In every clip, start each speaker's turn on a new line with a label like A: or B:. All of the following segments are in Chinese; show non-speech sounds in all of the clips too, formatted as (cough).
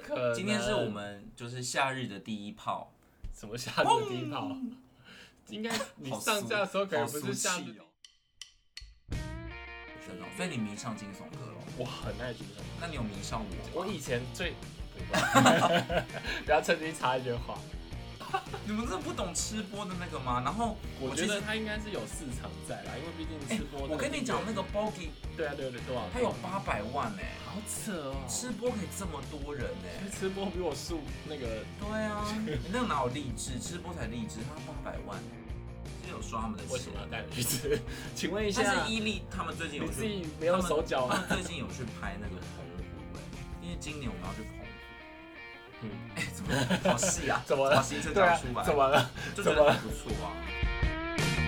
A: 能
B: 今天是我们就是夏日的第一炮，
A: 什么夏日低炮？应该你
B: 好
A: 上
B: 俗
A: 架的时候感
B: 好
A: 觉不
B: 俗
A: 是夏
B: 气
A: 日低
B: 哦，真的哦。所以你迷上惊悚歌了？
A: 我很爱主唱。
B: 那你有迷上我？
A: 我以前最， (laughs) 不要趁机插一句话，
B: 你们真的不懂吃播的那个吗？然后
A: 我
B: 其
A: 觉得
B: 实
A: 他应该是有市场在啦，因为毕竟
B: 哎
A: 吃播、
B: 我跟你讲，那个 Boggy
A: 对啊对啊对啊，多少？
B: 他有八百万哎、
A: 好扯哦，
B: 吃播可以这么多人哎、
A: 吃播比我数那个，
B: 对
A: (laughs)
B: 啊，你那个哪有励志？吃播才励志，他八百万，是有刷他们的
A: 为
B: 钱
A: 什。么要带你去 (laughs) 吃？请问一下
B: 但是，伊利他们最近有
A: 你自
B: 去，
A: 己没有手脚
B: 他
A: 吗？
B: 们最近有去拍那个澎湖哎、因为今年我们要去澎湖。
A: 嗯，
B: 哎、怎么好戏啊？
A: (laughs) 怎么了
B: 好戏？这
A: 对
B: 讲
A: 啊
B: 出来，，
A: 怎么了？
B: 就觉得还不错啊。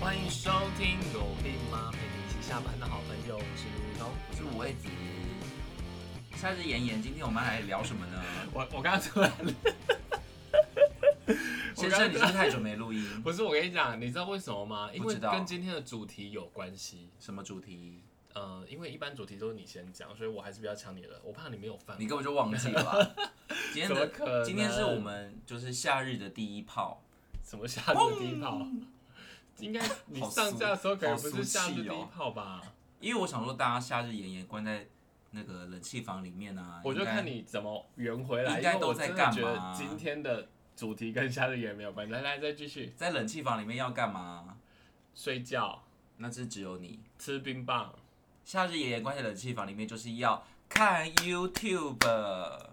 A: 欢迎收听《有病吗》，陪你一起下班的好朋友，我是吴东。
B: 我是五味子，夏日炎炎，今天我们来聊什么呢？
A: 我我刚刚突然， (laughs) 我
B: 先
A: 刚刚
B: 生，你是不是太久没录音？
A: 不是我跟你讲，你知道为什么吗？因
B: 不
A: 为
B: 知道
A: 跟今天的主题有关系。
B: 什么主题？
A: 呃，因为一般主题都是你先讲，所以我还是比较抢你的，我怕你没有饭。
B: 你根本就忘记了吧。
A: (laughs)
B: 今天
A: 怎么
B: 的
A: 可能？
B: 今天是我们就是夏日的第一炮，
A: 什么夏日低炮？应
B: (laughs)
A: 该你上架的时候感觉不是夏
B: 哦
A: 日低炮吧？
B: 因为我想说大家夏日炎炎关在那个冷气房里面啊，
A: 我就
B: 应该
A: 看你怎么圆回来，
B: 应
A: 因
B: 该
A: 为我
B: 都在
A: 真的
B: 干
A: 觉
B: 嘛
A: 得今天的主题跟夏日也没有关系。来来，再继续
B: 在冷气房里面要干嘛？
A: 睡觉、
B: 那这只有你。
A: 吃冰棒。
B: 夏日炎炎关在冷气房里面就是要看 YouTube。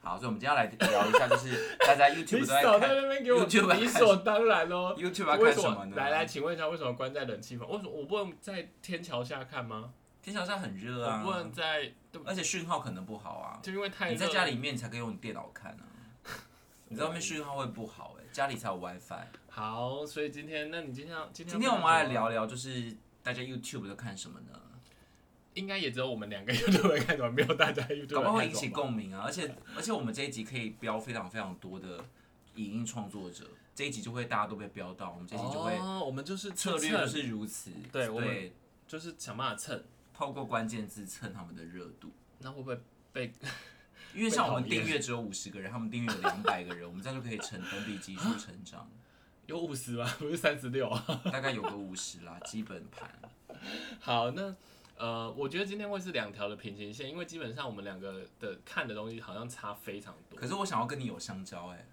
B: 好，所以我们今天要来聊一下，就是
A: (laughs)
B: 大家 YouTube
A: 你
B: 都在
A: 少在
B: 看
A: 那边给我
B: YouTube
A: 理所当然哦。
B: YouTube 要
A: 为
B: 看什么呢？
A: 来来，请问一下，为什么关在冷气房？为什么我不能在天桥
B: 啊
A: 下看吗？
B: 天桥上很热
A: 我
B: 啊，
A: 不能在，对吧
B: 而且讯号可能不好啊。
A: 就因为太热。
B: 你在家里面才可以用你电脑看啊，你在外面讯号会不好哎、家里才有 WiFi。
A: 好，所以今天，那你今天要今天要
B: 今天我们
A: 干
B: 来
A: 什么，
B: 聊聊，就是大家 YouTube 都看什么呢？
A: 应该也只有我们两个 YouTube 看什么，没有大家 YouTube
B: 搞不好会
A: 看
B: 引起
A: 什么吧
B: 共鸣啊！而且而且我们这一集可以标非常非常多的影音创作者，这一集就会大家都被标到，我们这一集就会
A: 哦，我们就是
B: 策略
A: 蹭
B: 就是如此，
A: 对我们就是想办法蹭，
B: 透过关键字蹭他们的热度。
A: 那会不会被？
B: 因为像我们
A: 被讨厌
B: 订阅只有五十个人，他们订阅有两百个人，我们这样就可以成等比级数成
A: (laughs)
B: 长，
A: 有五十吗？ (laughs) 不是三十六啊。
B: 大概有个五十啦，基本盘。
A: 好，那呃，我觉得今天会是两条的平行线，因为基本上我们两个的看的东西好像差非常多
B: 可。是我想要跟你有相交哎、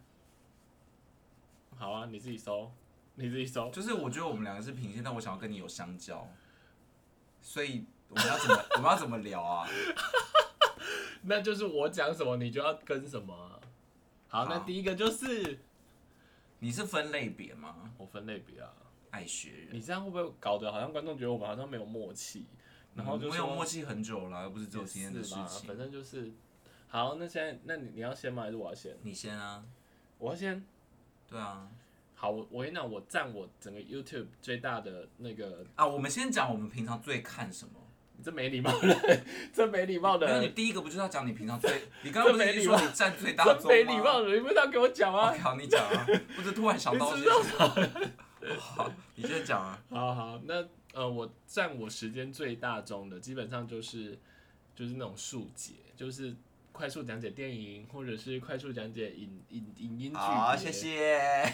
A: 好啊，你自己搜，你自己搜。
B: 就是我觉得我们两个是平行，但我想要跟你有相交，所以我们要怎么 (laughs) 我们要怎么聊啊？
A: (laughs) 那就是我讲什么，你就要跟什么啊。好，那
B: 好
A: 第一个就是
B: 你是分类别吗？
A: 我分类别啊。
B: 爱学人，
A: 你这样会不会搞得好像观众觉得我们好像没有默契？然后
B: 我
A: 就
B: 们
A: 说
B: 嗯有默契很久了，又不是只有今天的事
A: 是嘛反
B: 情。
A: 正就是，好，那现在那你你要先吗？还是我要先？
B: 你先啊，
A: 我要先。
B: 对啊，
A: 好，我我跟你讲，我占我整个 YouTube 最大的那个，
B: 啊，我们先讲我们平常最看什么。
A: 你这没礼貌的人，这没礼貌的
B: 因为 (laughs) 你
A: 人，
B: 第一个不就是要讲你平常最，你刚刚不是一直说你占最大
A: (laughs) 这
B: 宗吗？
A: 没礼貌的人，你不要给我讲
B: 我
A: 啊！
B: 靠，你讲啊！我只突然想到
A: 你
B: 这
A: 知道
B: (laughs) 好，你先讲啊。
A: 好好，那呃，我占我时间最大宗的，基本上就是就是那种速解，就是快速讲解电影，或者是快速讲解影影影音剧。
B: 好，谢。谢。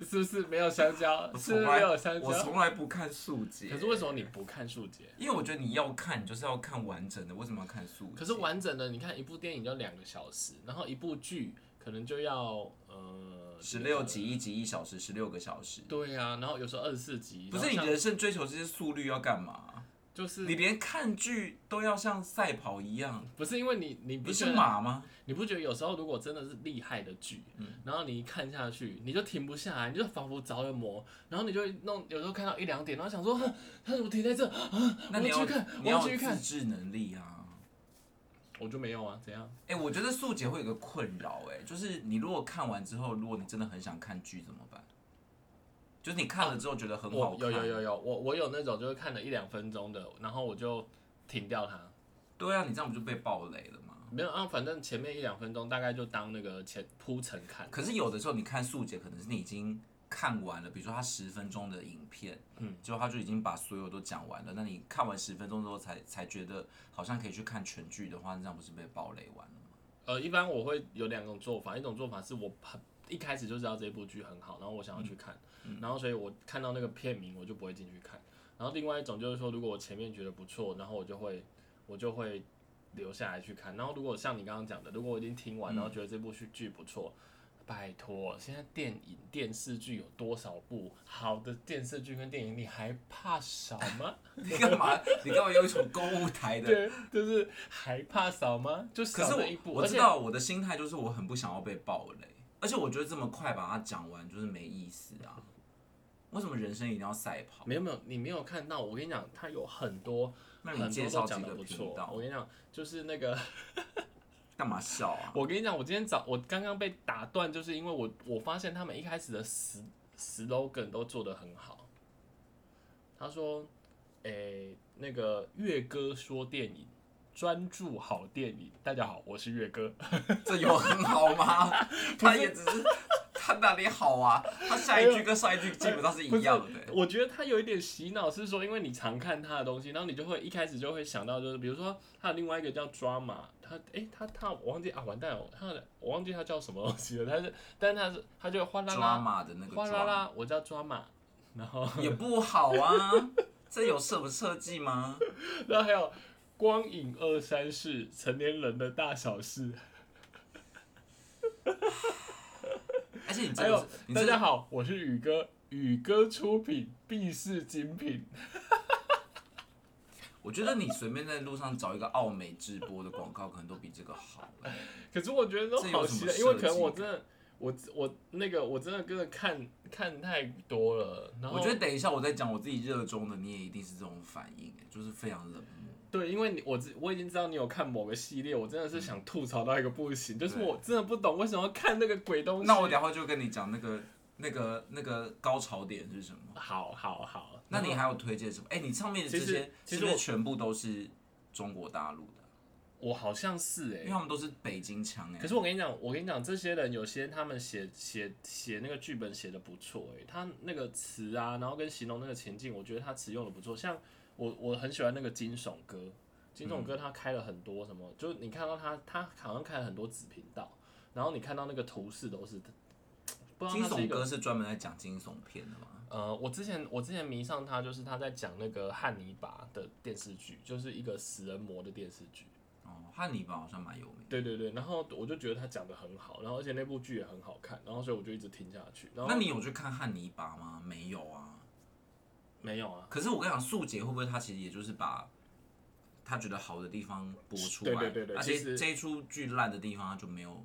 A: 是不是没有香蕉？是不
B: 我从
A: 是
B: 来
A: 没有香
B: 我
A: 蕉？
B: 从来不看速解。
A: 可是为什么你不看速解？
B: 因为我觉得你要看，你就是要看完整的，为什么要看速？
A: 可是完整的，你看一部电影就两个小时，然后一部剧可能就要呃
B: 十六。集一集一小时，十六个小时，
A: 对啊，然后有时候二十四集。
B: 不是
A: 然后
B: 你
A: 像
B: 人生追求这些速率要干嘛？
A: 就是
B: 你连看剧都要像赛跑一样，
A: 不是因为你你不
B: 你
A: 觉
B: 是
A: 得
B: 马吗？
A: 你不觉得有时候如果真的是厉害的剧，
B: 嗯
A: 然后你一看下去，你就停不下来，你就仿佛着了魔，然后你就会弄，有时候看到一两点，然后想说，哼他怎么停在这？
B: 那你
A: 我要去
B: 要
A: 看
B: 你
A: 我要
B: 要
A: 去
B: 有
A: 看
B: 自制能力啊。
A: 我就没有啊，怎样？
B: 哎、我觉得速解会有一个困扰，哎，就是你如果看完之后，如果你真的很想看剧怎么办？就是你看了之后觉得很好
A: 我
B: 看，
A: 哦有有有有，我我有那种就是看了一两分钟的，然后我就停掉它，
B: 对啊，你这样不就被暴雷了吗？
A: 没有啊，反正前面一两分钟大概就当那个前铺陈看。
B: 可是有的时候你看速解，可能是你已经看完了，比如说他十分钟的影片，
A: 嗯，
B: 结果他就已经把所有都讲完了，那你看完十分钟之后才才觉得好像可以去看全剧的话，那这样不是被暴雷完了 (laughs) 吗？
A: 呃，一般我会有两种做法，一种做法是我很一开始就知道这部剧很好，然后我想要去
B: 嗯
A: 看，然后所以我看到那个片名我就不会进去看。然后另外一种就是说，如果我前面觉得不错，然后我就会我就会留下来去看。然后如果像你刚刚讲的，如果我已经听完，然
B: 嗯
A: 后觉得这部剧剧不错，拜托，现在电影电视剧有多少部好的电视剧跟电影，你还怕少
B: (laughs)
A: 吗？
B: 你干嘛？你干嘛有一种购物台的？
A: 对， (laughs) 就是还怕少吗？就
B: 可
A: 少
B: 是
A: 了一
B: 我
A: 部，
B: 我
A: 而
B: 知
A: 且
B: 道我的心态就是我很不想要被暴雷，而且我觉得这么快把它讲完就是没意思啊。为什么人生一定要赛跑？
A: 没有没有，你没有看到。我跟你讲，它有很多
B: 那
A: 很
B: 你介
A: 多都
B: 绍几
A: 讲的
B: 个
A: 不
B: 频
A: 错。我
B: 道？
A: 跟你讲，就是那个，
B: 干嘛笑啊？ (laughs)
A: 我跟你讲，我今天早我刚刚被打断，就是因为我我发现他们一开始的 s slogan 都做得很好。他说：“诶、那个月哥说电影，专注好电影。大家好，我是月哥。
B: 这有很
A: (laughs)
B: 好吗？他也只是他哪里好啊？他下一句跟上一句基本上是一样的、欸
A: 我觉得他有一点洗脑，是说因为你常看他的东西，然后你就会一开始就会想到，就是比如说他有另外一个叫 drama，他诶，他他我忘记啊，完蛋了，他的我忘记他叫什么东西了，但是 (laughs) 但是他是他就哗啦
B: 抓
A: 啦
B: 马的那个
A: 哗啦
B: 抓
A: 啦，我叫 drama，然后
B: 也不好啊。这有设不设计吗？
A: 然后还有光影二三事，成年人的大小事，
B: 而且你
A: 还
B: 这
A: 有
B: 个，你
A: 哎大
B: 这
A: 家
B: 个，
A: 好，我是宇哥，宇哥出品必是精品，
B: 我觉得你随便在路上找一个奥美直播的广告，可能都比这个好。欸
A: 可是我觉得都
B: 这有
A: 好
B: 什
A: 奇
B: 么
A: 的，因为
B: 设
A: 可能
B: 计
A: 我
B: 感
A: 真的，我我那个我真的真的看看太多了，然后
B: 我觉得等一下我再讲我自己热衷的，你也一定是这种反应，欸就是非常冷漠。
A: 对，因为你我知我已经知道你有看某个系列，我真
B: 嗯
A: 的是想吐槽到一个不行，就是我真的不懂为什么要看那个鬼东西。
B: 那我等一下就跟你讲那个、那个、那个高潮点是什么。
A: 好好好，
B: 那你
A: 然后
B: 还有推荐什么？哎、你上面的这
A: 其实
B: 些
A: 其
B: 是
A: 实我
B: 不是全部都是中国大陆的？
A: 我好像是哎、
B: 因为他们都是北京腔哎、
A: 可是我跟你讲，我跟你讲，这些人有些他们写写写那个剧本写的不错，诶，他那个词啊，然后跟形容那个情境，我觉得他词用的不错。像我我很喜欢那个惊悚哥，惊悚哥
B: 嗯
A: 他开了很多什么，就是你看到他他好像开了很多子频道，然后你看到那个图示都是，不知道
B: 惊
A: 他是一
B: 悚
A: 个
B: 哥是专门在讲惊悚片的嘛？
A: 呃，我之前我之前迷上他，就是他在讲那个汉尼拔的电视剧，就是一个死人魔的电视剧。
B: 哦，汉尼拔好像蛮有名。
A: 对对对，然后我就觉得他讲的很好，然后而且那部剧也很好看，然后所以我就一直听下去。然后
B: 那你有去看汉尼拔吗？没有啊。
A: 没有啊？
B: 可是我跟你讲，素姐会不会她其实也就是把她觉得好的地方播出来，
A: 对对对对
B: 而
A: 其
B: 且
A: 实
B: 这一出剧烂的地方她就没有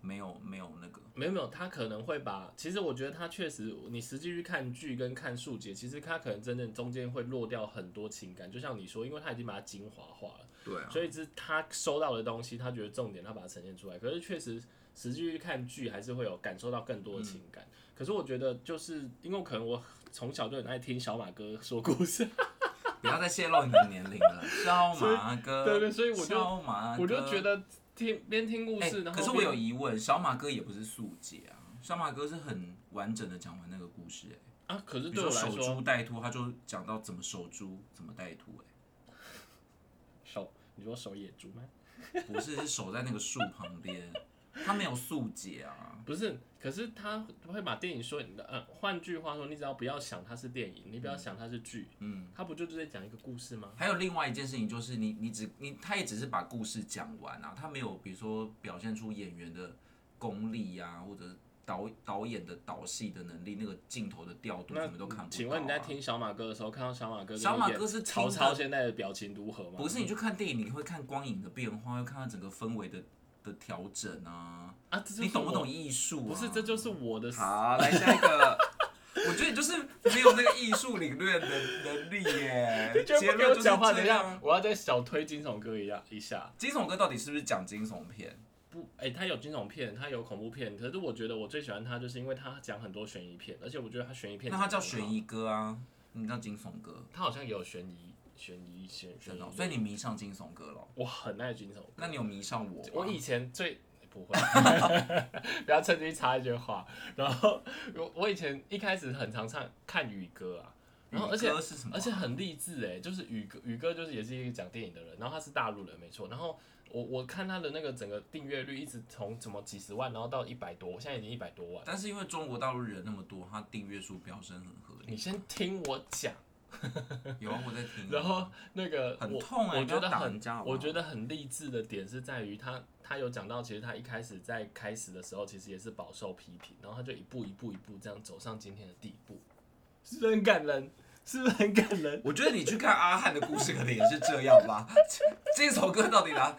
B: 没有没有那个。
A: 没有没有，他可能会把，其实我觉得他确实，你实际去看剧跟看速解，其实他可能真正中间会落掉很多情感，就像你说，因为他已经把它精华化了，
B: 对啊，
A: 所以是他收到的东西，他觉得重点，他把它呈现出来。可是确实实际去看剧，还是会有感受到更
B: 嗯
A: 多的情感。可是我觉得，就是因为可能我从小就很爱听小马哥说故事，
B: 不要再泄露你的年
A: (laughs)
B: 龄了，小马哥。
A: 对对所以我就
B: 小马
A: (laughs)
B: 哥，
A: 我就觉得听边听故
B: 哎，
A: 事，然后
B: 可是我
A: 边
B: 有疑问，小马哥也不是速解啊，小马哥是很完整的讲完那个故事、哎，
A: 啊，可是
B: 比
A: 对
B: 如
A: 我
B: 说
A: 来
B: 守
A: 说，
B: 株待兔，他就讲到怎么守株，怎么待兔、
A: 手你说手野猪吗？
B: 哎，不是是守在那个树旁边，他没有速解啊，
A: 不是，可是他会把电影说，呃，换句话说，你只要不要想它是电影，你不要想它是剧，
B: 嗯。
A: 它不就是在讲一个故事吗？
B: 还有另外一件事情就是你，你只你他也只是把故事讲完啊，他没有比如说表现出演员的功力啊，或者导导演的导戏的能力，那个镜头的调度
A: 那
B: 什么都看不到、啊。
A: 请问你在听小马哥的时候，看到小马哥
B: 小马哥
A: 演
B: 是
A: 曹
B: 听
A: 操
B: 的
A: 现在的表情如何吗？
B: 不是，你去看电影，你会看光影的变化，会看到整个氛围的的调整啊。
A: 啊，这就是
B: 你懂不
A: 我
B: 懂？艺术、啊？
A: 不是，这就是我的。
B: 好，来下一个。 (laughs) 我觉得你就是没有那个艺术领略的能力耶。
A: 居然
B: 结
A: 不给
B: 论
A: 我
B: 就是
A: 讲话，
B: 这
A: 等一
B: 样
A: 下，。我要再小推惊悚哥一下一下。
B: 惊悚哥到底是不是讲惊悚片？
A: 不，哎、他有惊悚片，他有恐怖片，可是我觉得我最喜欢他，就是因为他讲很多悬疑片，而且我觉得他悬疑片
B: 那他
A: 讲
B: 叫
A: 得很好
B: 悬，疑哥啊，你叫惊悚哥，
A: 他好像也有悬疑、悬疑、悬悬
B: 真
A: 疑
B: 的哦。
A: 类。
B: 所以你迷上惊悚哥了。
A: 我很爱惊悚片，
B: 那你有迷上我吗？
A: 我以前最不
B: (laughs)
A: 会，不要趁机插一句话。然后我我以前一开始很常唱看宇哥啊，然后而且
B: 宇哥是什么啊？
A: 而且很励志哎，就是宇哥，宇哥就是也是一个讲电影的人，然后他是大陆人没错，然后我我看他的那个整个订阅率一直从什么几十万，然后到一百多，现在已经一百多万。
B: 但是因为中国大陆人那么多，他订阅数飙升很合
A: (laughs)
B: 理。
A: 你先听我讲，
B: 有啊，我在听啊。
A: 然后那个
B: 很
A: 我
B: 痛哎
A: 我
B: 不
A: 觉
B: 要
A: 得
B: 打
A: 很
B: 人家好不
A: 我
B: 好
A: 觉得很励志的点是在于他他有讲到，其实他一开始在开始的时候，其实也是饱受批评，然后他就一步一步一步这样走上今天的地步，是不是很感人？是不是很感人？ (laughs)
B: 我觉得你去看阿汉的故事，可能也是这样吧。 (laughs) 这这首歌到底哪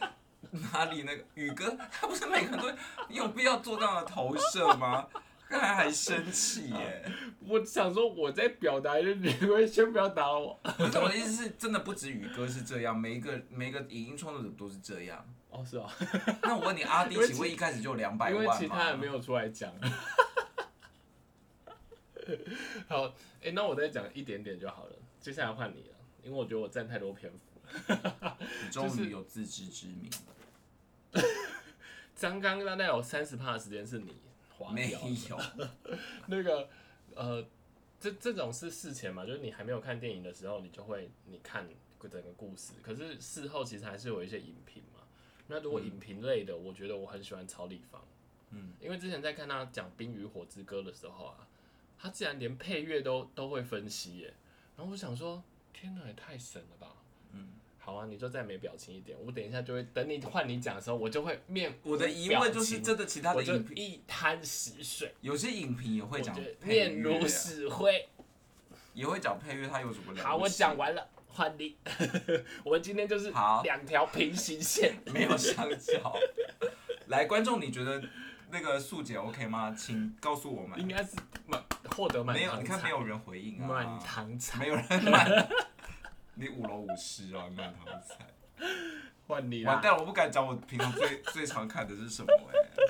B: 哪里那个宇哥，他不是每个人都，你有必要做这样的投射吗？ (laughs) 刚才还生气耶、 (laughs)
A: 我想说我在表达，就是你们先不要打我。
B: 不是我的意思是，真的不止宇哥是这样，每一个每一个影音创作者都是这样。
A: 哦，是哦，
B: (laughs) 那我问你，阿迪
A: 因为
B: 请问一开始就两百
A: 因
B: 万
A: 为
B: 吗？
A: 其他人没有出来讲。 (laughs) 好，哎、那我再讲一点点就好了，接下来换你了，因为我觉得我占太多篇幅。
B: 你终于有自知之明了，
A: 刚刚大概有三十趴的时间是你划
B: 没
A: 掉的，
B: 有。
A: 那个呃，这这种是事前嘛，就是你还没有看电影的时候，你就会你看整个故事，可是事后其实还是有一些影评嘛。那如果影评类的，我觉得我很喜欢曹立方，
B: 嗯，
A: 因为之前在看他讲《冰与火之歌》的时候啊，他竟然连配乐都都会分析耶，然后我想说，天哪，也太神了吧！
B: 嗯，
A: 好啊，你就再没表情一点，我等一下就会等你换你讲的时候，我就会面
B: 我的疑问就是，真的其他
A: 我
B: 的
A: 就
B: 影评，
A: 一滩死水，
B: 有些影评也
A: 我
B: 会
A: 觉
B: 讲
A: 得
B: 配
A: 面
B: 乐
A: 如
B: 啊，
A: 死灰。
B: 也会讲配乐，它有什么了不起？
A: 好，我讲完了，换你。 (laughs) 我们今天就是
B: 好
A: 两条平行
B: (laughs)
A: 线。
B: 没有香蕉。来，观众，你觉得那个素姐 OK 吗？请告诉我
A: 应
B: 们。
A: 该是满获得满
B: 没有，你
A: 堂
B: 看没
A: 彩，
B: 有人回应啊。
A: 满堂
B: 没
A: 彩，
B: 有人满。
A: (laughs)
B: 你五楼五十啊，满堂彩。
A: 换你
B: 完
A: 啦！
B: 蛋了，我不敢讲我平常最 (laughs) 最常看的是什么哎、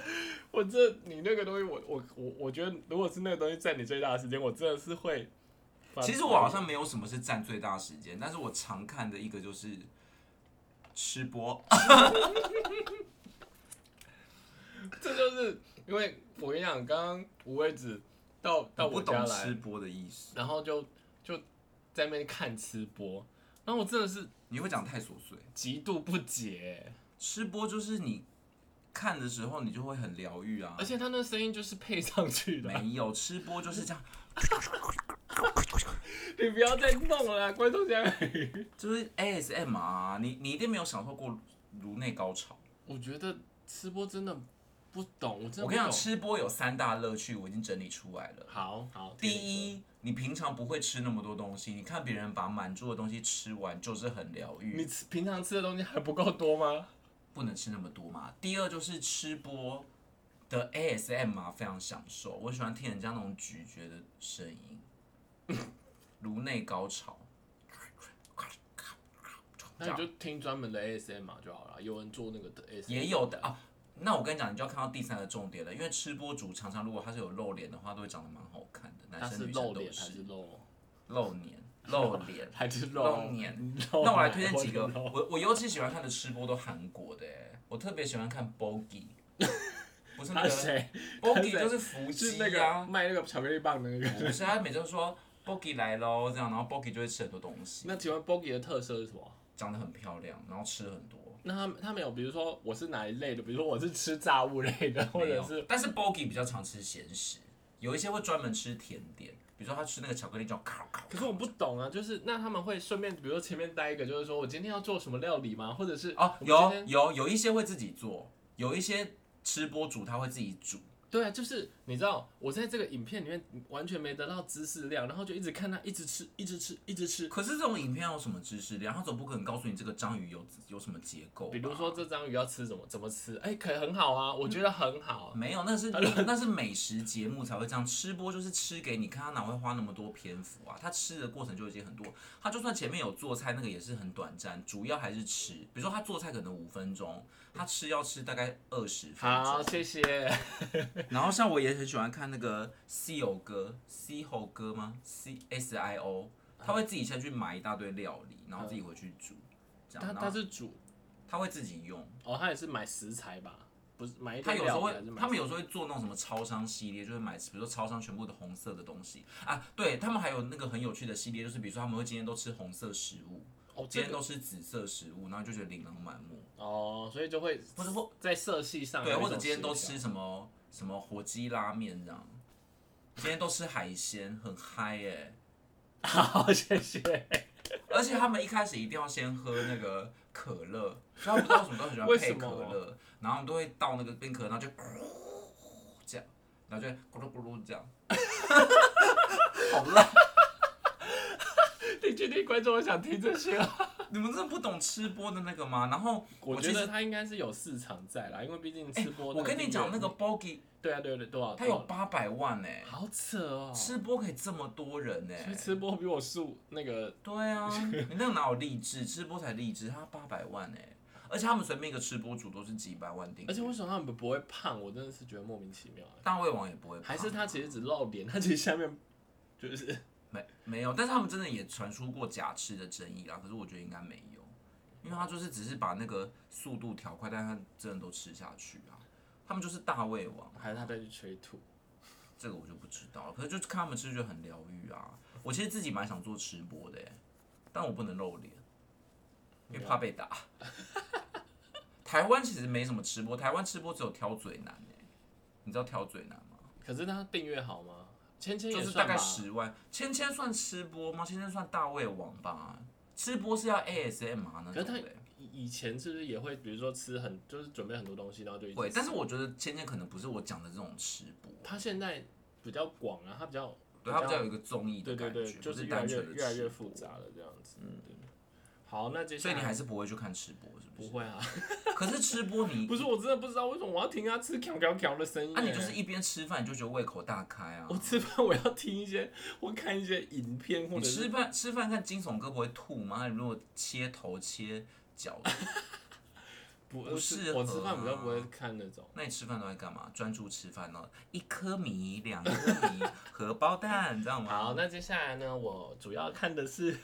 A: 我这你那个东西，我我我我觉得，如果是那个东西占你最大的时间，我真的是会翻白眼。
B: 其实我好像没有什么是占最大时间，但是我常看的一个就是吃播。
A: 这就是因为我跟你讲，刚刚五位子到到
B: (laughs) 我不
A: 我家
B: 懂
A: 来
B: 吃，播的意思，
A: 然后就就在那边看吃播，然后我真的是
B: 你会讲太琐碎。
A: 极度不解欸、
B: 吃播就是你看的时候，你就会很疗愈啊。
A: 而且他那声音就是配上去的啊、
B: 没有吃播就是这样，
A: (laughs) 你不要再弄了啦，观众家。 (laughs)
B: 就是 ASM 啊，你你一定没有享受过颅内高潮。
A: 我觉得吃播真的不懂，我真的
B: 我
A: 不
B: 跟你讲，
A: 懂。
B: 吃播有三大乐趣，我已经整理出来了。
A: 好好，
B: 第
A: 听你说，
B: 一，你平常不会吃那么多东西，你看别人把满桌的东西吃完，就是很疗
A: 你
B: 愈。
A: 吃平常吃的东西还不够多吗？
B: 不能吃那么多嘛。第二就是吃播的 ASM 啊，非常享受，我喜欢听人家那种咀嚼的声音， (laughs) 颅内高潮。这
A: 那你
B: 样
A: 就听专门的 ASMR 就好了，有人做那个的 ASMR
B: 也有的啊。那我跟你讲，你就要看到第三个重点了，因为吃播主常常如果他是有露脸的话，都会长得蛮好看的，
A: 他
B: 男
A: 是
B: 生女
A: 露
B: 生都
A: 脸还
B: 是
A: 是露？。
B: 露脸，露脸
A: (laughs) 还是
B: 露
A: 脸？
B: 脸，
A: (laughs) 露
B: 那我来
A: 奶
B: 推荐
A: 或
B: 几
A: 者
B: 个，
A: 露
B: 我我尤其喜欢看的吃播都韩国的、欸，我特别喜欢看
A: (laughs)
B: Bogie，不是那
A: 他
B: 个
A: 是啊谁？
B: Bogie 就是腹
A: 是
B: 肌
A: 那个
B: 啊，
A: 卖那个巧克力棒的那个。
B: 不是他每次都说 Bogie 来喽这样，然后 Bogie 就会吃很多东西，
A: (laughs) 那请问 Boggy 的特色是什么？
B: 长得很漂亮，然后吃很多，
A: 那他他们有，比如说我是哪一类的，比如说我是吃炸物类的，或
B: 没
A: 者
B: 有，
A: 是
B: 但是 Bogie 比较常吃咸食，有一些会专门吃甜点，比如说他吃那个巧克力叫烤烤。
A: 可是我不懂啊，就是那他们会顺便，比如说前面待一个，就是说我今天要做什么料理吗？或者是
B: 哦，
A: 我们今
B: 有
A: 天
B: 有有一些会自己做，有一些吃播主他会自己煮，
A: 对啊，就是你知道我在这个影片里面完全没得到知识量，然后就一直看他一直吃，一直吃，一直吃。
B: 可是这种影片要有什么知识量？他总不可能告诉你这个章鱼有有什么结构吧。
A: 比如说这章鱼要吃怎么怎么吃，哎、可以很好啊，我觉得很好啊。
B: 没
A: (laughs)
B: 有，那是那是美食节目才会这样。吃播就是吃给你看，他哪会花那么多篇幅啊？他吃的过程就已经很多，他就算前面有做菜，那个也是很短暂，主要还是吃。比如说他做菜可能五分钟，他吃要吃大概二十分
A: 好，
B: 钟。
A: 谢谢。
B: 然后像我也很喜欢看那个西游哥，西猴哥吗？C S I O，他会自己先去买一大堆料理，然后自己回去煮，这样。
A: 他
B: 然
A: 他
B: 后
A: 是煮
B: 他会自己用。
A: 哦，他也是买食材吧？不是买一
B: 他
A: 堆
B: 有时
A: 料
B: 候
A: 理
B: 会
A: 还是，买
B: 他们有时候会做那种什么超商系列，就会买，比如说超商全部的红色的东西啊。对他们还有那个很有趣的系列，就是比如说他们会今天都吃红色食物，
A: 哦这
B: 今天
A: 个
B: 都吃紫色食物，然后就觉得琳琅满目。
A: 哦，所以就会
B: 或者或
A: 在色系上
B: 对，
A: 有一
B: 或者
A: 种
B: 今天都
A: 协调
B: 吃什么什么火鸡拉面这样，今天都吃海鲜，很嗨哎、 (laughs)
A: 好，谢谢。
B: 而且他们一开始一定要先喝那个可乐，所以他们不知道为什么都很喜欢
A: 为什
B: 配
A: 么
B: 可乐，然后他们都会倒那个冰可乐，然后就这样，然后就咕噜咕噜这样，好烂！
A: 你确定观众会想听这些啊？
B: 你们真的不懂吃播的那个吗？然后
A: (laughs) 我
B: 其
A: 觉得
B: 实。
A: 他应该是有市场在啦，因为毕竟
B: 哎
A: 吃播、
B: 我跟你讲，那个 Boggy
A: 对啊，对啊对啊，多少？
B: 他有八百万哎、
A: 好扯哦，
B: 吃播可以这么多人哎、
A: 所以吃播比我数那个
B: 对
A: (laughs)
B: 啊，你那个哪有励志？吃播才励志，他八百万哎、而且他们随便一个吃播主都是几百万订阅，
A: 而且为什么他们不会胖？我真的是觉得莫名其妙欸。
B: 大胃王也不会胖，
A: 还是他其实只露脸， (laughs) 他其实下面就是
B: 没没有，但是他们真的也传出过假吃的争议啦。可是我觉得应该没有，因为他就是只是把那个速度调快，但他真的都吃下去啊。他们就是大胃王，
A: 还是他在去催吐。
B: 这个我就不知道了。可是就是看他们吃就很疗愈啊。我其实自己蛮想做吃播的耶，欸但我不能露脸，因为怕被打。台湾其实没什么吃播，台湾吃播只有挑嘴男哎，你知道挑嘴男吗？
A: 可是他订阅好吗？芊芊
B: 就
A: 也
B: 是大
A: 算吧
B: 概。十万。芊芊算吃播吗？芊芊算大胃王吧。吃播是要 ASMR 那
A: 可是
B: 种
A: 他
B: 的，欸
A: 以以前是不是也会，比如说吃很，就是准备很多东西，然后就一直
B: 会。但
A: 吃
B: 是我觉得芊芊可能不是我讲的这种吃播，
A: 他现在比较广啊，他比较
B: 对他比较有一个综艺的
A: 对对
B: 感觉，
A: 对，就
B: 不是
A: 越来
B: 单
A: 越
B: 纯的
A: 越来
B: 吃
A: 越
B: 播
A: 复。杂了这样子。嗯，对。好，那接下
B: 所以
A: 来
B: 你还是不会去看吃播，是不
A: 不
B: 是？
A: 会啊？
B: (laughs) 可是吃播你
A: 不是，我真的不知道为什么我要听他吃嚼嚼嚼的声音欸。
B: 啊，你就是一边吃饭你就觉得胃口大开啊
A: 我。吃饭我要听一些，我看一些影片或
B: 你
A: 者
B: 吃
A: 是
B: 饭吃饭看惊悚哥不会吐吗？你如果切头切脚，
A: 不
B: 不适合
A: 我吃饭比较
B: 啊
A: 不会看那种。
B: (coughs) 那你吃饭都在干嘛？专注吃饭哦，一颗米，两颗米，荷包蛋，你知道吗？
A: 好，那接下来呢，我主要看的是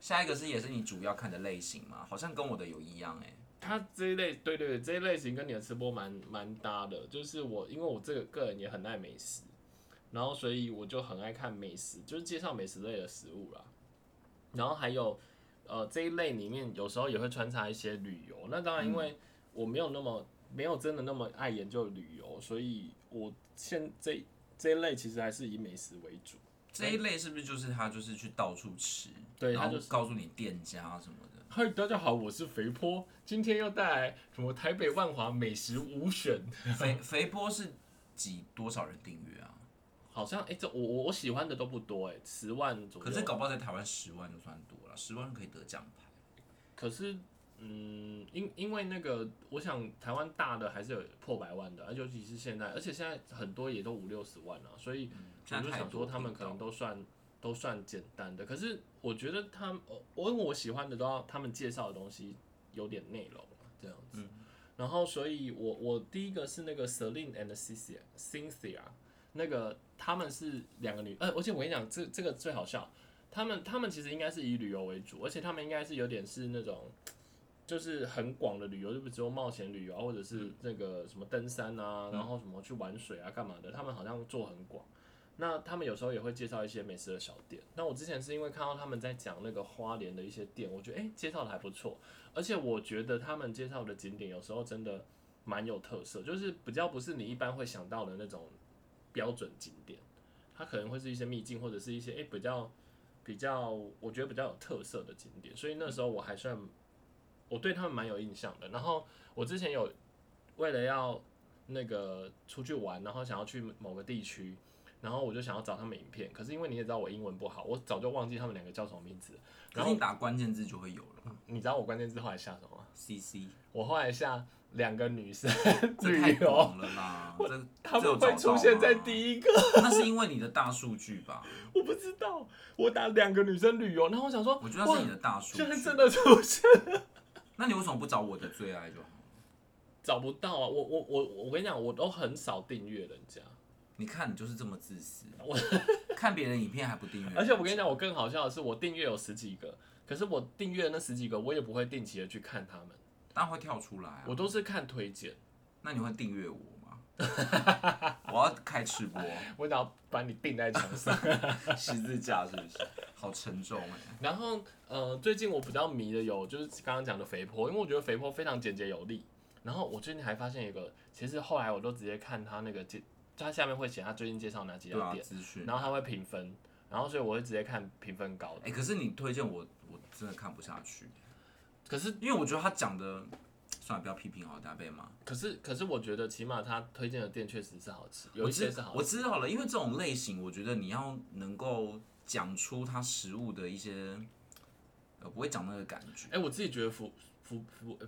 B: 下一个是也是你主要看的类型嘛，好像跟我的有一样哎、
A: 他这一类，对对对，这一类型跟你的吃播蛮蛮搭的。就是我，因为我这个个人也很爱美食，然后所以我就很爱看美食，就是介绍美食类的食物啦。然后还有呃这一类里面，有时候也会穿插一些旅游。那当然，因为我没有那么没有真的那么爱研究旅游，所以我现这这一类其实还是以美食为 (laughs) 主。
B: 这一类是不是就是他就是去到处吃，
A: 对
B: 然
A: 他
B: 后
A: 就是
B: 告诉你店家什么的，
A: 嗨，大家好，我是肥坡，今天要带来什么台北万华美食五选。 (laughs)
B: 肥肥波是几多少人订阅啊？
A: 好像哎、诶这我我我喜欢的都不多哎、十万左右。
B: 可是搞不好在台湾十万就算多了，十万可以得奖牌。
A: 可是嗯，因因为那个，我想台湾大的还是有破百万的，而啊尤其是现在，而且现在很多也都五六十万了、所以我
B: 嗯现
A: 就
B: 在太
A: 想
B: 多
A: 说他们
B: 频
A: 可
B: 道
A: 能都算都算简单的。可是我觉得他们，我我因为我喜欢的都要他们介绍的东西有点内容嘛这样
B: 嗯
A: 子。然后，所以我我第一个是那个 Celine and Cynthia Cynthia，那个他们是两个女，呃，而且我跟你讲，这这个最好笑，他们他们其实应该是以旅游为主，而且他们应该是有点是那种，就是很广的旅游，就比如说冒险旅游啊，或者是那个什么登山啊，然后什么去玩水啊，干嘛的，他们好像做很广。那他们有时候也会介绍一些美食的小店。那我之前是因为看到他们在讲那个花莲的一些店，我觉得诶介绍的还不错，而且我觉得他们介绍的景点有时候真的蛮有特色，就是比较不是你一般会想到的那种标准景点，它可能会是一些秘境或者是一些诶比较比较，我觉得比较有特色的景点，所以那时候我还算我对他们蛮有印象的。然后我之前有为了要那个出去玩，然后想要去某个地区。然后我就想要找他们影片，可是因为你也知道我英文不好，我早就忘记他们两个叫什么名字了。
B: 可
A: 然
B: 是
A: 后
B: 你打关键字就会有了嘛
A: 你知道我关键字后来下什么吗？
B: ，CC，
A: 我后来下两个女生
B: (laughs) 这太
A: 旅游，
B: 广了
A: (laughs)
B: 啦，这
A: 他们会出现在
B: 一，
A: 第一个，
B: 啊那是因为你的大数据吧？
A: (laughs) 我不知道。我打两个女生旅游，然后我想说，
B: 我觉得那
A: 哇
B: 是你的大数
A: 居然
B: 据，
A: 真的出现，
B: 那你为什么不找我的最爱就好？
A: 找不到啊！我我我我跟你讲，我都很少订阅人家，
B: 你看你就是这么自私，
A: (laughs) 我
B: 看别人影片还不订阅，
A: 而且我跟你讲，我更好笑的是，我订阅有十几个，可是我订阅那十几个，我也不会定期的去看他们，
B: 当然会跳出来啊。
A: 我都是看推荐。
B: 那你会订阅我
A: (laughs)
B: 吗？我要开吃播，
A: 我想要把你钉在墙
B: (laughs)
A: 上。
B: 十字架是不是？好沉重哎、
A: 然后，呃，最近我比较迷的有就是刚刚讲的肥婆，因为我觉得肥婆非常简洁有力。然后我最近还发现一个，其实后来我都直接看他那个介，他下面会写他最近介绍哪几
B: 对
A: 家
B: 啊，
A: 店，
B: 资讯。
A: 然后他会评分，然后所以我会直接看评分高的。
B: 哎、可是你推荐我，我真的看不下去，
A: 可是，
B: 因为我觉得他讲的，算了，不要批评好了，大家被骂。
A: 可是，可是我觉得起码他推荐的店确实是好吃，有
B: 我
A: 一些
B: 知
A: 是好
B: 我
A: 吃。，
B: 知道了，因为这种类型，我觉得你要能够讲出它食物的一些，呃，不会讲那个感觉
A: 哎、我自己觉得福福福，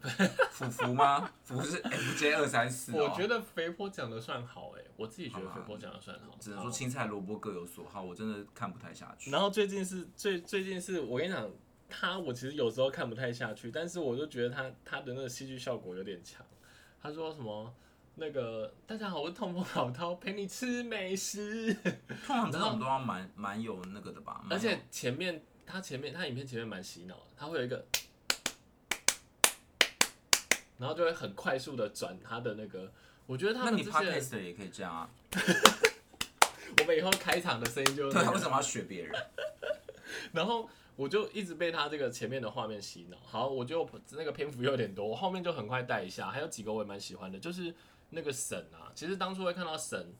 B: 福福吗？ (laughs) 福是 FJ 二三四，
A: 我觉
B: 得
A: 得肥婆讲的算好、哎，我自己觉得
B: 哦好吧
A: 肥婆讲的算好。
B: 只能说青菜萝卜各有所好，我真的看不太下去。
A: 然后最近是最最近是我跟你讲，他我其实有时候看不太下去，但是我就觉得他他的那个戏剧效果有点强。他说什么那个大家好，我是痛风老饕，陪你吃美食。
B: 通常这种都要蛮蛮有那个的吧，蛮有
A: 而且前面他前面他影片前面蛮洗脑的，他会有一
B: (laughs)
A: 个，然后就会很快速的转他的那个。我觉得他
B: 那
A: 们
B: 你
A: 这些人，
B: podcast 的也可以这样啊，
A: 我们以后开场的声音
B: (laughs)
A: 就是那
B: 对啊，
A: 个
B: 为什么要学别人？
A: 然后我就一直被他这个前面的画面洗脑。好，我就那个篇幅有点多，我后面就很快带一下。还有几个我也蛮喜欢的，就是那个神啊，其实当初会看到神，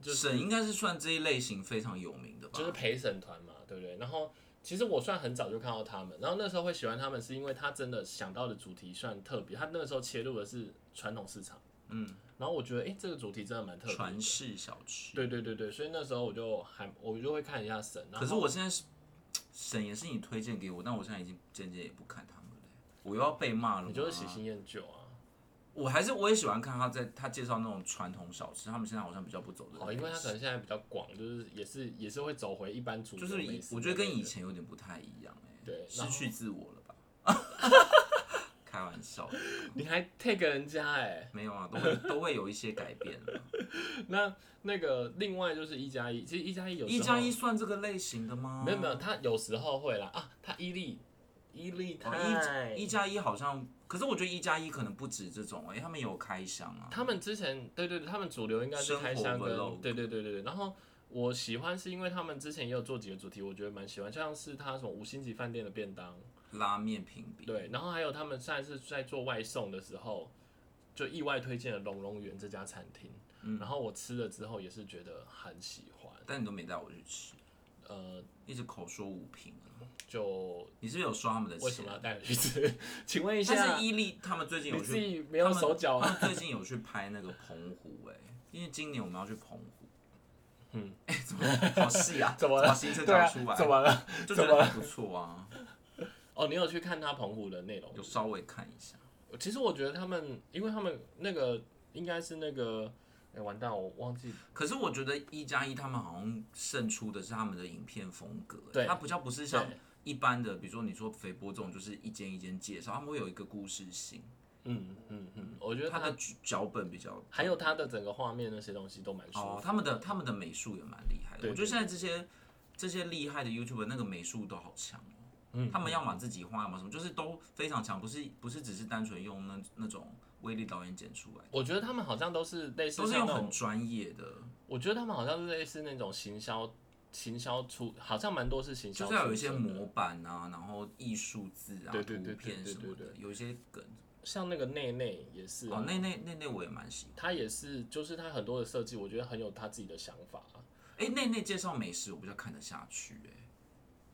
A: 就是
B: 沈应该是算这一类型非常有名的吧，
A: 就是陪审团嘛，对不对？然后其实我算很早就看到他们，然后那时候会喜欢他们，是因为他真的想到的主题算特别，他那个时候切入的是传统市场，嗯，然后我觉得诶，这个主题真的蛮特别的，
B: 传世小吃。
A: 对对对对，所以那时候我就还我就会看一下神，然后
B: 可是我现在是沈也是你推荐给我，但我现在已经渐渐也不看他们了，我又要被骂了。
A: 你就是喜新厌旧啊。
B: 我还是我也喜欢看他在他介绍那种传统小吃，他们现在好像比较不走这个
A: 哦，因为他可能现在比较广，就是也是也是会走回一般主流
B: 就是
A: 美
B: 以
A: 食
B: 我觉得跟
A: 那类
B: 以
A: 的
B: 前有点不太一样哎、
A: 对然
B: 失
A: 后
B: 去自我了吧？ (laughs) 开玩笑，
A: 你还 take 人家哎、
B: 没有啊，都会都会有一些改变啊了。
A: 那那个另外就是一加一，其实一加一有时候
B: 一加一算这个类型的吗？
A: 没有没有，他有时候会啦啊，他啊伊利伊利
B: 哦，
A: 泰，
B: 一一加一好像，可是我觉得一加一可能不止这种哎、他们有开箱啊。
A: 他们之前对对对，他们主流应该是开箱跟
B: 生活 vlog
A: 对对对对对，然后。我喜欢是因为他们之前也有做几个主题，我觉得蛮喜欢，像是他什么五星级饭店的便当，
B: 拉面评比，
A: 对，然后还有他们上一次在做外送的时候，就意外推荐了龙龙园这家餐厅，
B: 嗯
A: 然后我吃了之后也是觉得很喜欢，
B: 但你都没带我去吃，
A: 呃，
B: 一直口说无凭啊。
A: 就
B: 你是不是有收他们的
A: 为什
B: 钱
A: 么？要带你去吃？请问一
B: 但
A: 下
B: 是，伊利他们最近
A: 你
B: 有
A: 自
B: 去，
A: 己没有手脚
B: 他
A: 啊？
B: 们最近有去拍那个澎湖哎、因为今年我们要去澎湖。
A: 嗯，
B: 哎、怎么好细啊？
A: (laughs) 怎么
B: 把
A: 了？
B: 行程
A: 对
B: 讲
A: 啊
B: 出
A: (laughs)
B: 来？，
A: 怎么了？
B: 就觉
A: 怎么
B: 得还不错啊，
A: 哦，你有去看他澎湖的内容
B: 有？稍微看一下。
A: 其实我觉得他们，因为他们那个应该是那个，哎，完蛋，我忘记
B: 可是我觉得一加一他们好像胜出的是他们的影片风格、欸，
A: 对
B: 它比较不是像
A: 对
B: 一般的，比如说你说肥波这种，就是一间一间介绍，他们会有一个故事性，
A: 嗯嗯嗯，我觉得
B: 它
A: 他
B: 的脚本比较
A: 还有他的整个画面那些东西都蛮舒服
B: 哦，他们的他们的美术也蛮厉害的。
A: 对
B: 我觉得现在这些这些厉害的 YouTube 那个美术都好强哦。
A: 嗯
B: 他们要么自己画，要么什么，就是都非常强，不是不是只是单纯用那那种威力导演剪出来，
A: 我觉得他们好像都是类似
B: 都是
A: 像
B: 用
A: 那
B: 很
A: 种，
B: 专业的，
A: 我觉得他们好像是类似那种行销，行销出好像蛮多是行销出
B: 就是
A: 身的，
B: 要有一些模板啊，然后艺术字啊、
A: 对对
B: 图
A: 对对
B: 片
A: 对
B: 什么
A: 对
B: 的，有一些梗。
A: 像那个内内也是、啊，
B: 哦，那那那那我也蛮喜
A: 他也是，就是他很多的设计，我觉得很有他自己的想法啊、
B: 欢。哎，那那介绍美食我比较看得下去，哎，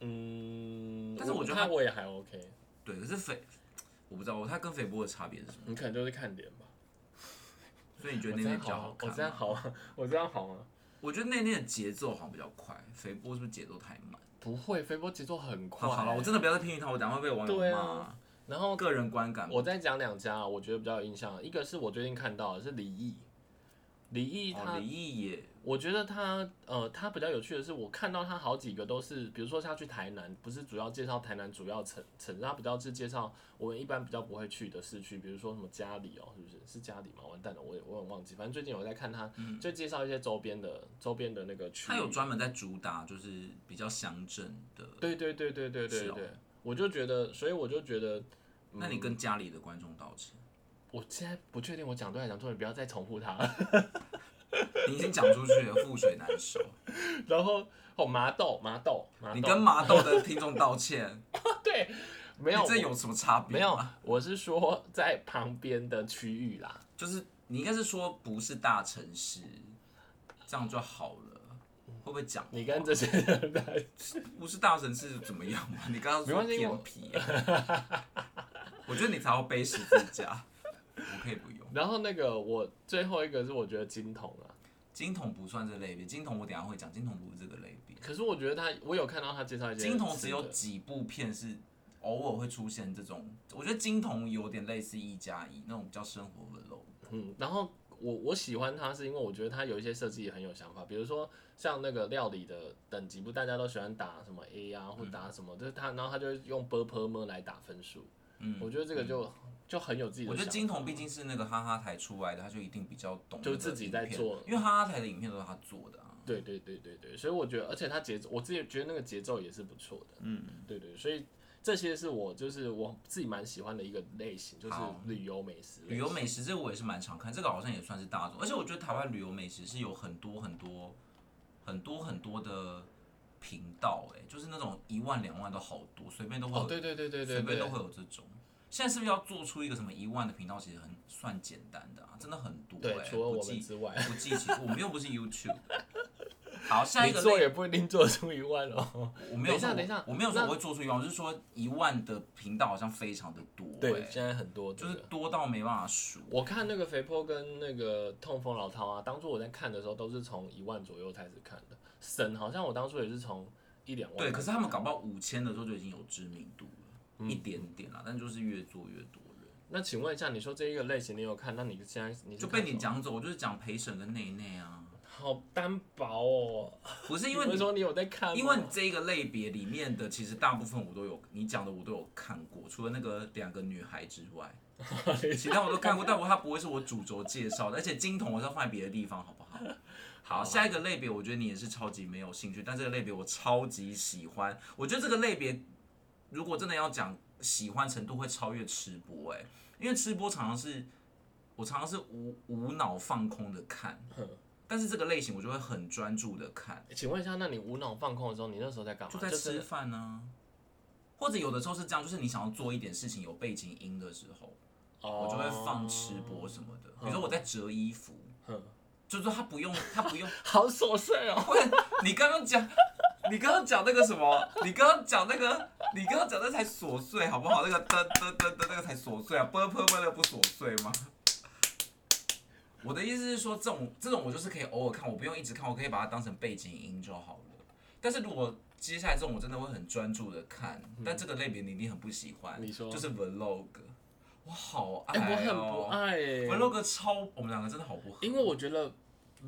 A: 嗯，
B: 但是我觉得
A: 看
B: 他
A: 我也还 OK，
B: 对，可是肥我不知道，它跟肥波的差别是什么？
A: 你可能就是看脸吧。
B: 所以你觉
A: 我
B: 得
A: 这
B: 那那
A: 样
B: 比较
A: 好，
B: 看
A: 我
B: 吗？
A: 这样好吗， (laughs) 我这样好吗？
B: 我觉得那天的节奏好像比较快，肥波是不是节奏太慢？
A: 不会，肥波节奏很快、啊
B: 好好了，我真的不要再批评他，我等下会被网友
A: 对
B: 骂。
A: 啊然后
B: 个人观
A: (laughs)
B: 感，
A: 我再讲两家啊，我觉得比较有印象的，一个是我最近看到的是李毅，李毅他
B: 哦，李毅也
A: 我觉得他呃，他比较有趣的是，我看到他好几个都是，比如说他去台南，不是主要介绍台南主要城城，他比较是介绍我们一般比较不会去的市区，比如说什么嘉里哦，是不是？是嘉里吗？完蛋了，我也我也忘记。反正最近有在看他，就介绍一些周边的周边的那个区
B: 他有
A: 域。
B: 专门在主打，就是比较乡镇的。
A: 对对对对对对
B: 是
A: 对
B: 哦
A: 对，我就觉得，所以我就觉得
B: 那你跟家里的观众道歉，
A: 我现在不确定我讲对还是讲错，你不要再重复它了。 (laughs)
B: 你已经讲出去了，覆水难收。
A: 然后哦，麻豆，麻豆，麻
B: 你
A: 豆，
B: 跟麻豆的听众道歉，
A: 对， (laughs) 没有
B: 你这有什么差别？
A: 没有，，我是说在旁边的区域啦。
B: 就是你应该是说不是大城市，这样就好了。会不会讲话？
A: 你跟这些
B: 哦
A: 人在 (laughs)
B: 不是大城市怎么样嘛？你刚刚
A: 没
B: 说
A: 关系
B: 偏僻， (laughs) 我觉得你才要背十字架，我可以不用。
A: 然后那个我最后一个是我觉得金童啊，
B: 金童不算这类别，金童我等一下会讲，金童不是这个类别。
A: 可是我觉得他我有看到他介绍一些
B: 金童
A: 吃
B: 只有
A: 的
B: 几部片是偶尔会出现这种，我觉得金童有点类似一加一那种比较生活的肉。
A: 嗯，然后我我喜欢他是因为我觉得他有一些设计也很有想法，比如说像那个料理的等级，不大家都喜欢打什么 A 啊
B: 嗯
A: 或打什么，就是他然后他就用 b p m 来打分数，
B: 嗯，
A: 我觉得这个就、就很有自己的
B: 我
A: 想法。
B: 觉得金童毕竟是那个哈哈台出来的，他就一定比较懂，
A: 就自己在做，
B: 因为哈哈台的影片都是他做的啊。
A: 对对对对对，所以我觉得，而且他节奏，我自己觉得那个节奏也是不错的。嗯，对对，所以这些是我就是我自己蛮喜欢的一个类型，就是
B: 好
A: 旅游美食类型。
B: 旅游美食这个我也是蛮常看，这个好像也算是大众，而且我觉得台湾旅游美食是有很多很多很多很多的频道、欸，哎，就是那种一万两万都好多，随便都会有
A: 哦，对对对对对
B: 随便
A: 对
B: 都，会有这种。现在是不是要做出一个什么一万的频道，其实很算简单的啊，真的很多、欸。
A: 对，除了
B: 不
A: 我
B: 计
A: 们之外，
B: 不计其数，我们又不是 YouTube。好，下一
A: 你
B: 个
A: 做
B: 类
A: 也不一定做出一万哦。
B: 我没
A: 等一
B: 有说我
A: 下等一下
B: 我没有说
A: 那
B: 我会做出一万，我是说一万的频道好像非常的多、欸，
A: 对，现在很多
B: 就
A: 这
B: 是
A: 个。
B: 多到没办法数。
A: 我看那个肥婆跟那个痛风老饕啊，当初我在看的时候都是从一万左右开始看的，神好像我当初也是从一两万开
B: 对，
A: 始看。
B: 可是他们搞不好嗯五千的时候就已经有知名度了，一点点啦，但就是越做越多人，
A: 那请问一下，你说这一个类型你有看？那你现在你是
B: 就
A: 看
B: 被
A: 什
B: 你
A: 么
B: 讲走，我就是讲陪审跟内内啊，
A: 好单薄哦。
B: 不是因
A: 你
B: 为
A: 不是
B: 你。
A: 说你有在看吗，
B: 因为你这个类别里面的，其实大部分我都有，你讲的我都有看过，除了那个两个女孩之外，其他我都看过，但我它不会是我主轴介绍的，而且金童我是要放在别的地方，好不好？好，下一个类别我觉得你也是超级没有兴趣，但这个类别我超级喜欢，我觉得这个类别如果真的要讲喜欢程度，会超越吃播哎、因为吃播常常是我常常是无无脑放空的看，但是这个类型我就会很专注的看。
A: 请问一下，那你无脑放空的时候，你那时候在干嘛？
B: 就在吃
A: 是
B: 饭呢、或者有的时候是这样，就是你想要做一点事情有背景音的时候，
A: 哦
B: 我就会放吃播什么的。比如说我在折衣服，
A: 哼
B: 就是他
A: (laughs)
B: 不用，他不用。
A: 好琐碎哦。
B: 不然你刚刚讲，你刚刚讲那个什么？你刚刚讲那个，你刚刚讲那才琐碎好不好？那个噔噔噔噔那个才琐碎啊，啵啵啵的不琐碎吗？我的意思是说，这种这种我就是可以偶尔看，我不用一直看，我可以把它当成背景音就好了。但是如果接下来这种，我真的会很专注的看，但这个类别你一定很不喜欢。
A: 嗯你说
B: 就是 vlog，我好
A: 哎、我
B: 爱、
A: 很
B: 哦
A: 不爱耶、
B: vlog 超，我们两个真的好不合。
A: 因为我觉得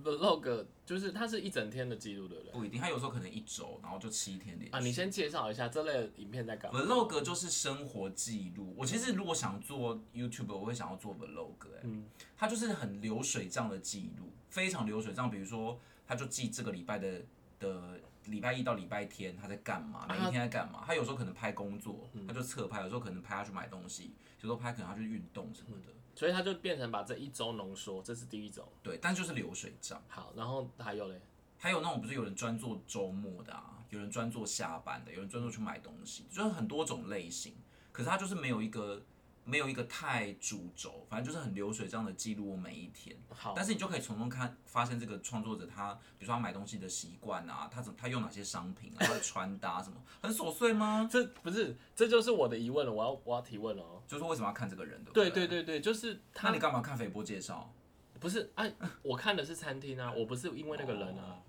A: vlog 就是它是一整天的记录，对不对？
B: 不一定，他有时候可能一周，然后就七天连续。
A: 啊，你啊先介绍一下这类的影片在干嘛？
B: vlog 就是生活记录。我其实如果想做 YouTube，我会想要做 vlog、欸。
A: 嗯
B: 它就是很流水账的记录，非常流水账。比如说，他就记这个礼拜的的礼拜一到礼拜天他在干
A: 啊
B: 嘛，每一天在干嘛。他有时候可能拍工作，
A: 嗯
B: 他就侧拍；有时候可能拍他去买东西，有时候拍可能他去运动什么的。
A: 所以它就变成把这一周浓缩，这是第一种。
B: 对，但就是流水账。
A: 好，然后还有嘞，
B: 还有那种不是有人专做周末的啊，有人专做下班的，有人专做去买东西，就是很多种类型。可是它就是没有一个没有一个太主轴，反正就是很流水账的记录我每一天。
A: 好，
B: 但是你就可以从中看发现这个创作者他，比如说他买东西的习惯啊，他怎他用哪些商品啊，他的穿搭什么，很琐碎吗？
A: 这不是，这就是我的疑问了，我要我要提问了哦。
B: 就是为什么要看这个人的？
A: 对
B: 对
A: 对
B: 不
A: 对对，就是
B: 那
A: 他
B: 你干嘛看肥波介绍？
A: 不是哎、我看的是餐厅啊，我不是因为那个人啊，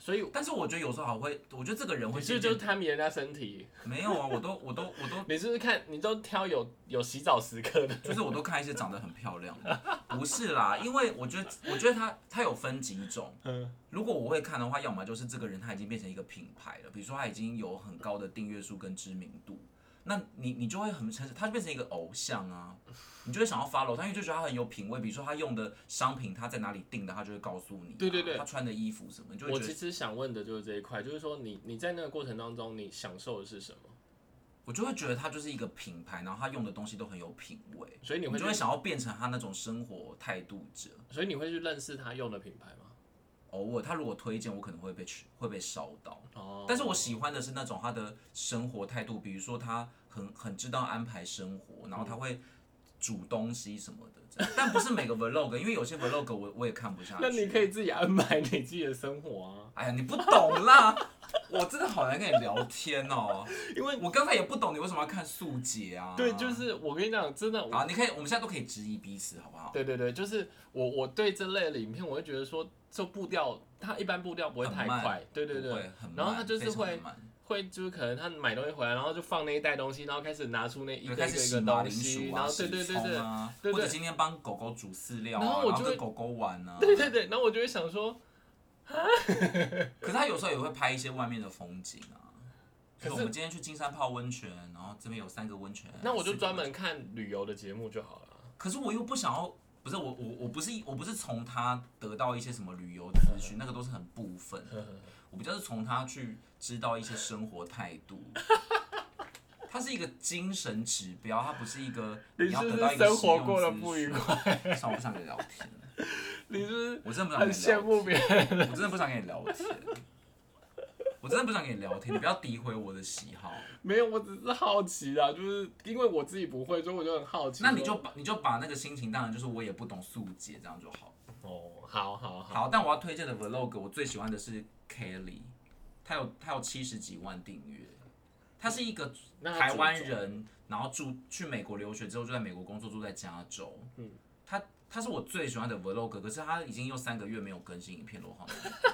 A: 所以
B: 哦但是哦我觉得有时候好会，我觉得这个人会
A: 你是不是
B: 渐
A: 就是
B: 渐
A: 贪迷人家身体？
B: 没有啊，我都我都我都
A: 你是不是看你都挑有有洗澡时刻的？
B: 就是我都看一些长得很漂亮的，不是啦，因为我觉得，我觉得他他有分几种。
A: 嗯
B: 如果我会看的话，要么就是这个人他已经变成一个品牌了，比如说他已经有很高的订阅数跟知名度，那你你就会很诚实，他就变成一个偶像啊，你就会想要 follow 他，因为就觉得他很有品味，比如说他用的商品他在哪里订的，他就会告诉你啊、
A: 对对对
B: 他穿的衣服什么，你就会
A: 我
B: 觉
A: 其
B: 得
A: 实想问的就是这一块，就是说你你在那个过程当中，你享受的是什么？
B: 我就会觉得他就是一个品牌，然后他用的东西都很有品味，
A: 所以你
B: 我
A: 会
B: 就
A: 去
B: 会，想要变成他那种生活态度者。
A: 所以你会去认识他用的品牌吗？
B: 偶尔他如果推荐，我可能会被吃会被烧到。
A: 哦，
B: 但是我喜欢的是那种他的生活态度，比如说他很很知道安排生活，然后他
A: 嗯
B: 会煮东西什么的这样。但不是每个 vlog，因为有些 vlog 我我也看不下去。
A: 那你可以自己安排你自己的生活啊，
B: 哎呀，你不懂啦！我真的好难跟你聊天哦，
A: (laughs) 因为
B: 我刚才也不懂你为什么要看素姐啊。
A: 对，就是我跟你讲，真的，
B: 好，你可以，我们现在都可以质疑彼此，好不好？
A: 对对对，就是我我对这类的影片，我会觉得说，这步调它一般步调不会太
B: 很慢
A: 快，对对
B: 不
A: 对
B: 会，很慢
A: 然后他就是
B: 非常
A: 会
B: 慢
A: 会就是可能他买东西回来，然后就放那一袋东西，然后开始拿出那一
B: 就
A: 个
B: 开
A: 一
B: 始
A: 个一
B: 洗
A: 个
B: 马
A: 东
B: 铃
A: 西，
B: 薯
A: 然
B: 啊，
A: 后对
B: 洗
A: 对对
B: 葱
A: 对
B: 啊，
A: 对对
B: 或者今天帮狗狗煮饲料啊，
A: 然后我就会
B: 跟狗狗玩啊。
A: 对对对，然后我就会想说，
B: 可是他有时候也会拍一些外面的风景啊。
A: 可是
B: 就我们今天去金山泡温泉，然后这边有三个温泉，
A: 那我
B: 四
A: 就
B: 个
A: 专
B: 温
A: 门看旅游的节目就好了。
B: 泉。可是我又不想要，不是我我我不是我不是从他得到一些什么旅游资
A: 嗯
B: 讯，那个都是很部分的。我比较是从他去知道一些生活态
A: (laughs)
B: 度。它是一个精神指标，它不是一个
A: (laughs) 你
B: 要
A: 是
B: 得
A: 不
B: 到
A: 是
B: 一个
A: 生
B: 实
A: 活
B: 用
A: 过得
B: 资
A: 不愉
B: 讯
A: 快？
B: 算了我不想跟你聊天，
A: 你是不是
B: 我真的不想跟
A: 很
B: 你聊
A: 羡慕别人？
B: 我真的不想跟你聊天，我真的不想跟你聊天，你不要诋毁我的喜好。
A: 没有，我只是好奇啊，就是因为我自己不会，所以我就很好奇说。
B: 那你就把你就把那个心情，当然就是我也不懂速解，这样就好。
A: 哦，好好好，
B: 好，但我要推荐的 vlog，我最喜欢的是 Kelly，他有他有七十几万订阅，他是一个
A: 那他
B: 台湾
A: 主轴
B: 人，然后住去美国留学之后就在美国工作，住在加州。嗯，他他是我最喜欢的 vlog，可是他已经又三个月没有更新影片了，我好
A: (laughs)
B: 难过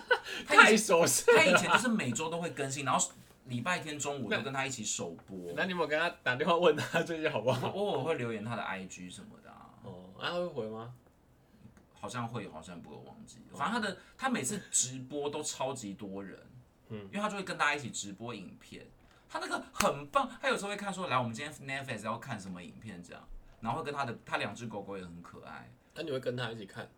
B: 他以
A: 太熟悉。
B: 他以前就是每周都会更新，然后礼拜天中午都跟他一起首播。
A: 那你有没有跟他打电话问他最近好不
B: 我
A: 好？
B: 偶尔会留言他的 IG 什么的啊，
A: 哦，那、他会回吗？
B: 好像会有，好像不会忘记。反正他的他每次直播都超级多人，嗯，因为他就会跟大家一起直播影片，他那个很棒。他有时候会看说，来，我们今天 Netflix 要看什么影片这样，然后会跟他的他两只狗狗也很可爱。
A: 那你会跟他一起看？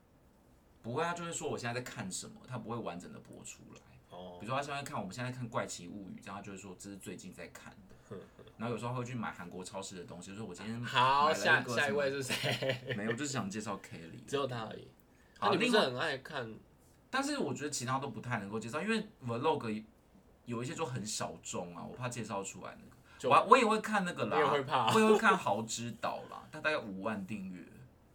B: 不会，他就会说我现在在看什么，他不会完整的播出来。
A: 哦，
B: 比如说他现在看，我们现在看《怪奇物语》，这样他就会说这是最近在看的。
A: (laughs)
B: 然后有时候他会去买韩国超市的东西，就说我今天买
A: 好，
B: 了
A: 下
B: 个
A: 下
B: 什
A: 一
B: 么
A: 位是谁？ (laughs)
B: 没有，就是想介绍 Kelly。
A: 只有他而已。
B: 好
A: 那你不
B: 另
A: 是
B: 外
A: 很爱看？
B: 但是我觉得其他都不太能够介绍，因为 vlog 有一些就很小众啊，我怕介绍出来那个。
A: 就
B: 我还我也会看那个啦，
A: 你也会怕
B: 我也会看豪之岛啦，它大概五万订阅，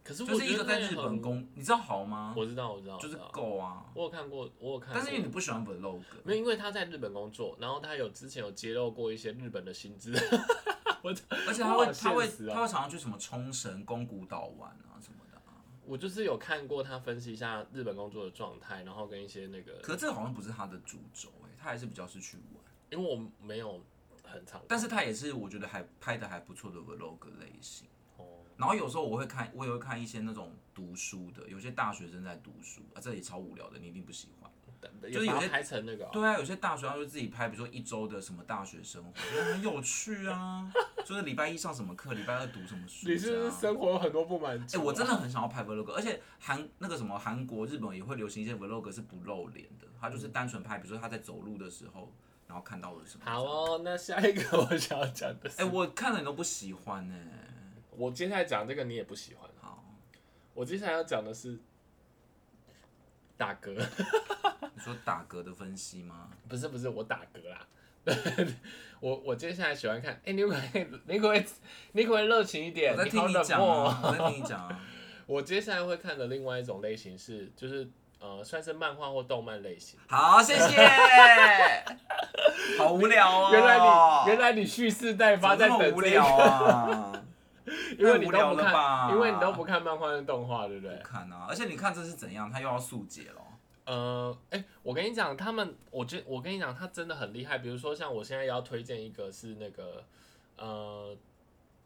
A: 可是我
B: 就是一
A: 觉得
B: 个在
A: 那很
B: 日本，公，你知道豪吗？
A: 我知道，我知道，
B: 就是
A: 我知道
B: 够啊，
A: 我有看过，我有看过。
B: 但是因为你不喜欢 vlog，
A: 没有，因为他在日本工作，然后他有之前有揭露过一些日本的薪资， (laughs)
B: 而且他会
A: 哇
B: 他会
A: 现实啊
B: 他会常常去什么冲绳、宫古岛玩啊什么的啊。
A: 我就是有看过他分析一下日本工作的状态，然后跟一些那个，
B: 可是这个好像不是他的主轴哎、他还是比较是去玩，
A: 因为我没有很常看，
B: 但是他也是我觉得还拍的还不错的 vlog 类型。
A: 哦，
B: 然后有时候我会看，我也会看一些那种读书的，有些大学生在读书啊，这也超无聊的，你一定不喜欢。就是
A: 也把它
B: 有些
A: 拍成那个哦、
B: 对啊，有些大学他就自己拍，比如说一周的什么大学生活，我觉得很有趣啊。 (laughs) 就是礼拜一上什么课，礼拜二读什么书。
A: 你是不
B: 这
A: 是
B: 样
A: 生活有很多不满
B: 哎、
A: 足啊、
B: 我真的很想要拍 vlog，而且韩那个什么韩国、日本也会流行一些 vlog 是不露脸的，他就是
A: 嗯
B: 单纯拍，比如说他在走路的时候，然后看到了什么。
A: 好哦。那下一个我想要讲的是，
B: 哎、我看了你都不喜欢呢、
A: (laughs) 我接下来讲这个你也不喜欢。啊
B: 好，
A: 我接下来要讲的是打嗝， (laughs)
B: 你说打嗝的分析吗？
A: 不是不是我打嗝啦。 (laughs) 我我接下来喜欢看，哎、你可不可以 (laughs) 你可不可以你可不可以热情一点？
B: 我在听
A: 哎好
B: 你
A: 冷
B: 讲
A: 漠
B: 啊，我在听你讲
A: (laughs)
B: 啊。
A: 我接下来会看的另外一种类型是，就是呃，算是漫画或动漫类型。
B: 好，谢谢。
A: (laughs)
B: 好无聊哦。
A: 原来你原来你蓄势待发，在
B: 怎么
A: 等这
B: 那么
A: 一
B: 无聊啊？
A: (laughs) 因为你
B: 太无聊
A: 都不
B: 了吧
A: 看，因为你都不看漫画跟动画，对不对
B: 不？看啊！而且你看这是怎样，他又要速解了。
A: 呃，哎、我跟你讲，他们，我觉，我跟你讲，他真的很厉害。比如说，像我现在要推荐一个是那个，呃，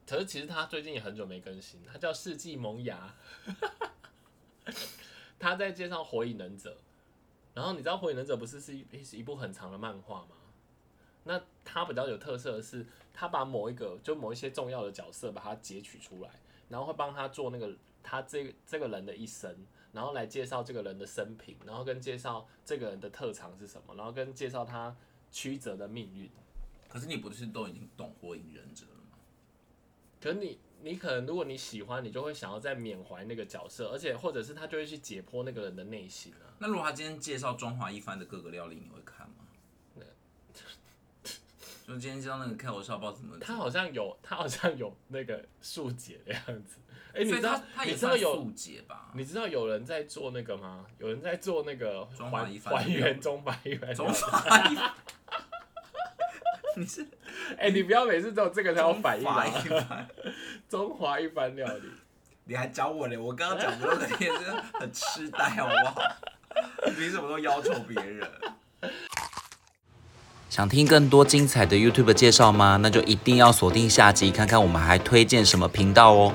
A: 可是其实他最近也很久没更新，他叫《世纪萌芽》， (laughs) 他在介绍《火影忍者》，然后你知道《火影忍者》不是是一是一部很长的漫画吗？那他比较有特色的是，他把某一个就某一些重要的角色把它截取出来，然后会帮他做那个他这个这个人的一生，然后来介绍这个人的生平，然后跟介绍这个人的特长是什么，然后跟介绍他曲折的命运。
B: 可是你不是都已经懂《火影忍者》了吗？
A: 可能你你可能如果你喜欢，你就会想要再缅怀那个角色，而且或者是他就会去解剖那个人的内心啊。
B: 那如果他今天介绍中华一番的各个料理，你会
A: (laughs)
B: 看吗？就今天介绍那个开火烧包怎么，
A: 他好像有他好像有那个速解的样子。哎、你
B: 所
A: 知
B: 以
A: 道
B: 他他
A: 你
B: 也
A: 知道
B: 算
A: 有
B: 速解吧？
A: 你知道有人在做那个吗？有人在做那个
B: 中华
A: 还
B: 一番的
A: 还
B: 料
A: 原
B: 理
A: 中华一番。
B: 中华一， (laughs) 你是
A: 哎、你不要每次都有这个才有反应
B: 中
A: 啊！
B: 华一番，
A: (laughs) 中华一番料理，
B: 你还教我嘞？我刚刚讲的那个也是很痴呆，好
C: (laughs)
B: 不好？你什么都要求别人？
C: 想听更多精彩的 YouTube 介绍吗？那就一定要锁定下集，看看我们还推荐什么频道哦。